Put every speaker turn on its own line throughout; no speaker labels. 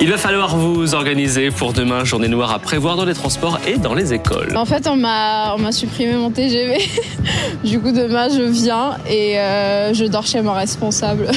Il va falloir vous organiser pour demain, journée noire à prévoir dans les transports et dans les écoles.
En fait, on m'a, on m'a supprimé mon TGV. du coup, demain, je viens et euh, je dors chez mon responsable.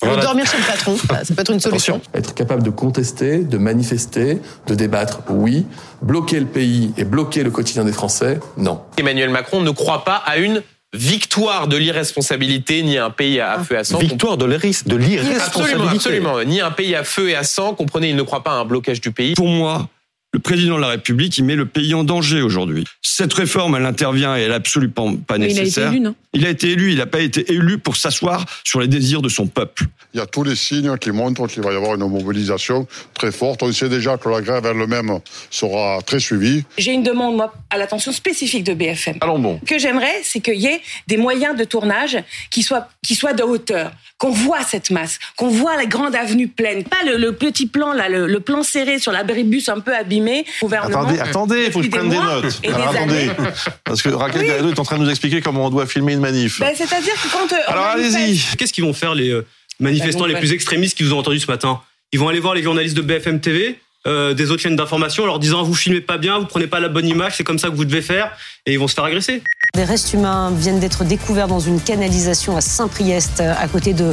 Voilà.
Dormir chez le patron, ça, ça peut être une solution.
Attention, être capable de contester, de manifester, de débattre, oui. Bloquer le pays et bloquer le quotidien des Français, non.
Emmanuel Macron ne croit pas à une victoire de l'irresponsabilité ni à un pays
Ah.
à feu et à sang.
Victoire de l'irris- de
Absolument,
l'irresponsabilité.
absolument. Ni un pays à feu et à sang. Comprenez, il ne croit pas à un blocage du pays.
Pour moi, le président de la République, il met le pays en danger aujourd'hui. Cette réforme, elle intervient et elle n'est absolument
Mais
pas
il a été
nécessaire.
élu, non
Il a été élu, il n'a pas été élu pour s'asseoir sur les désirs de son peuple.
Il y a tous les signes qui montrent qu'il va y avoir une mobilisation très forte. On sait déjà que la grève elle-même sera très suivie.
J'ai une demande, moi, à l'attention spécifique de BFM.
Allons bon.
Ce que j'aimerais, c'est qu'il y ait des moyens de tournage qui soient, qui soient de hauteur, qu'on voit cette masse, qu'on voit la grande avenue pleine. Pas le, le petit plan, là, le, le plan serré sur l'abribus un peu abîmé. Gouvernement.
Attendez, attendez, faut que je prenne des
Excusez-moi,
notes.
et des
Alors, attendez,
années.
parce que Raquel Garrido est en train de nous expliquer comment on doit filmer une manif.
Ben, C'est-à-dire que quand. euh, on
Alors
a une
allez-y.
Qu'est-ce qu'ils vont faire les euh, manifestants
La
les plus extrémistes qui vous ont entendu ce matin Ils vont aller voir les journalistes de BFM TV, euh, des autres chaînes d'information, en leur disant vous filmez pas bien, vous prenez pas la bonne image, c'est comme ça que vous devez faire, et ils vont se faire agresser.
Des restes humains viennent d'être découverts dans une canalisation à Saint-Priest, euh, à côté de,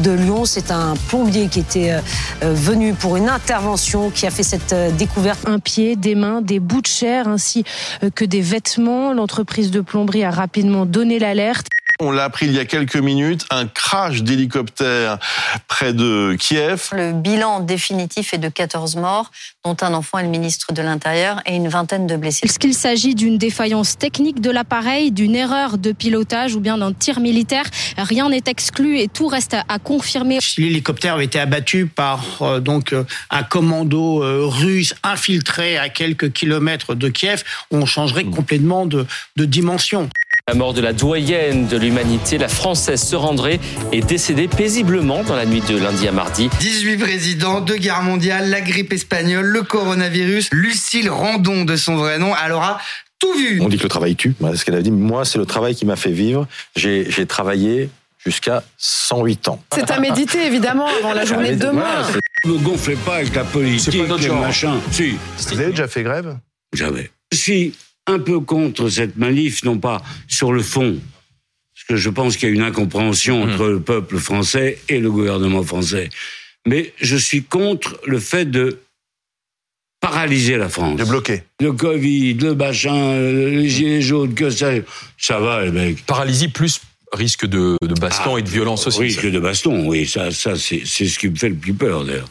de Lyon. C'est un plombier qui était euh, euh, venu pour une intervention qui a fait cette euh, découverte.
un pied, des mains, des bouts de chair ainsi euh, que des vêtements. L'entreprise de plomberie a rapidement donné l'alerte.
On l'a appris il y a quelques minutes, un crash d'hélicoptère Euh, près de Kiev.
Le bilan définitif est de 14 morts, dont un enfant et le ministre de l'Intérieur et une vingtaine de blessés.
Est-ce qu'il s'agit d'une défaillance technique de l'appareil, d'une erreur de pilotage ou bien d'un tir militaire Rien n'est exclu et tout reste à- à confirmer.
L'hélicoptère avait été abattu par euh, donc un commando euh, russe infiltré à quelques kilomètres de Kiev. On changerait complètement de, de dimension.
La mort de la doyenne de l'humanité, la française se rendrait est décédée paisiblement dans la nuit de lundi à mardi.
18 présidents, deux guerres mondiales, la grippe espagnole, le coronavirus. Lucille Randon, de son vrai nom, alors a tout vu.
On dit que le travail tue, voilà ce qu'elle a dit. Moi, c'est le travail qui m'a fait vivre. J'ai j'ai travaillé jusqu'à 108 ans. Ah,
C'est à méditer, évidemment, avant la journée de demain.
Ne gonflez pas avec la politique et machin. Si,
Vous avez déjà fait grève
jamais. Je suis un peu contre cette manif, non pas sur le fond, parce que je pense qu'il y a une incompréhension entre le peuple français et le gouvernement français, mais je suis contre le fait de paralyser la France.
De bloquer.
Le Covid, le machin, les gilets jaunes, que ça. Ça va, eh ben, les mecs.
Paralysie plus risque de, de baston
Ah,
et de violence aussi.
Risque de baston, oui, ça, ça c'est c'est ce qui me fait le plus peur, d'ailleurs.